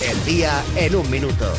El día en un minuto.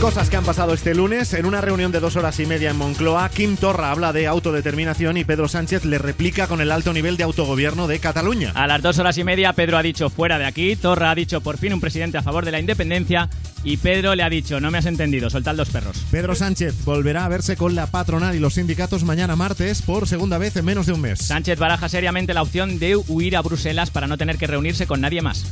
Cosas que han pasado este lunes. En una reunión de dos horas y media en Moncloa, Kim Torra habla de autodeterminación y Pedro Sánchez le replica con el alto nivel de autogobierno de Cataluña. A las dos horas y media, Pedro ha dicho fuera de aquí, Torra ha dicho por fin un presidente a favor de la independencia y Pedro le ha dicho no me has entendido, soltad los perros. Pedro Sánchez volverá a verse con la patronal y los sindicatos mañana martes por segunda vez en menos de un mes. Sánchez baraja seriamente la opción de huir a Bruselas para no tener que reunirse con nadie más.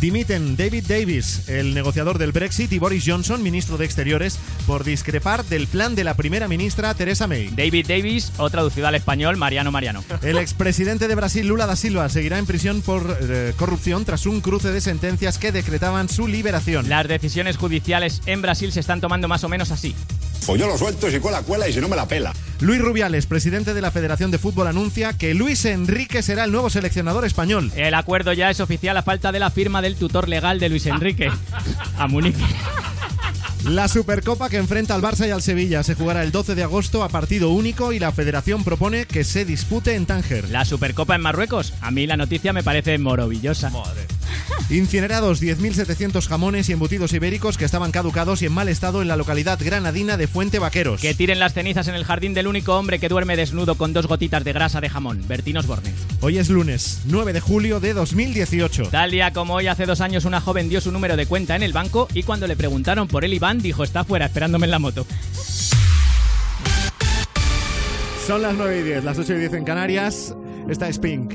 Dimiten David Davis, el negociador del Brexit, y Boris Johnson, ministro de Exteriores, por discrepar del plan de la primera ministra Theresa May. David Davis, o traducido al español, Mariano Mariano. El expresidente de Brasil, Lula da Silva, seguirá en prisión por eh, corrupción tras un cruce de sentencias que decretaban su liberación. Las decisiones judiciales en Brasil se están tomando más o menos así. Pues yo lo suelto si cuela cuela y si no me la pela. Luis Rubiales, presidente de la Federación de Fútbol, anuncia que Luis Enrique será el nuevo seleccionador español. El acuerdo ya es oficial a falta de la firma del tutor legal de Luis Enrique a Múnich. La Supercopa que enfrenta al Barça y al Sevilla se jugará el 12 de agosto a partido único y la federación propone que se dispute en Tánger. La Supercopa en Marruecos. A mí la noticia me parece morovillosa. Madre. Incinerados 10.700 jamones y embutidos ibéricos que estaban caducados y en mal estado en la localidad granadina de Fuente Vaqueros. Que tiren las cenizas en el jardín del único hombre que duerme desnudo con dos gotitas de grasa de jamón, Bertinos Borne. Hoy es lunes, 9 de julio de 2018. Tal día como hoy, hace dos años, una joven dio su número de cuenta en el banco y cuando le preguntaron por el Iván, dijo: Está fuera esperándome en la moto. Son las 9 y 10, las 8 y 10 en Canarias. Esta es Pink,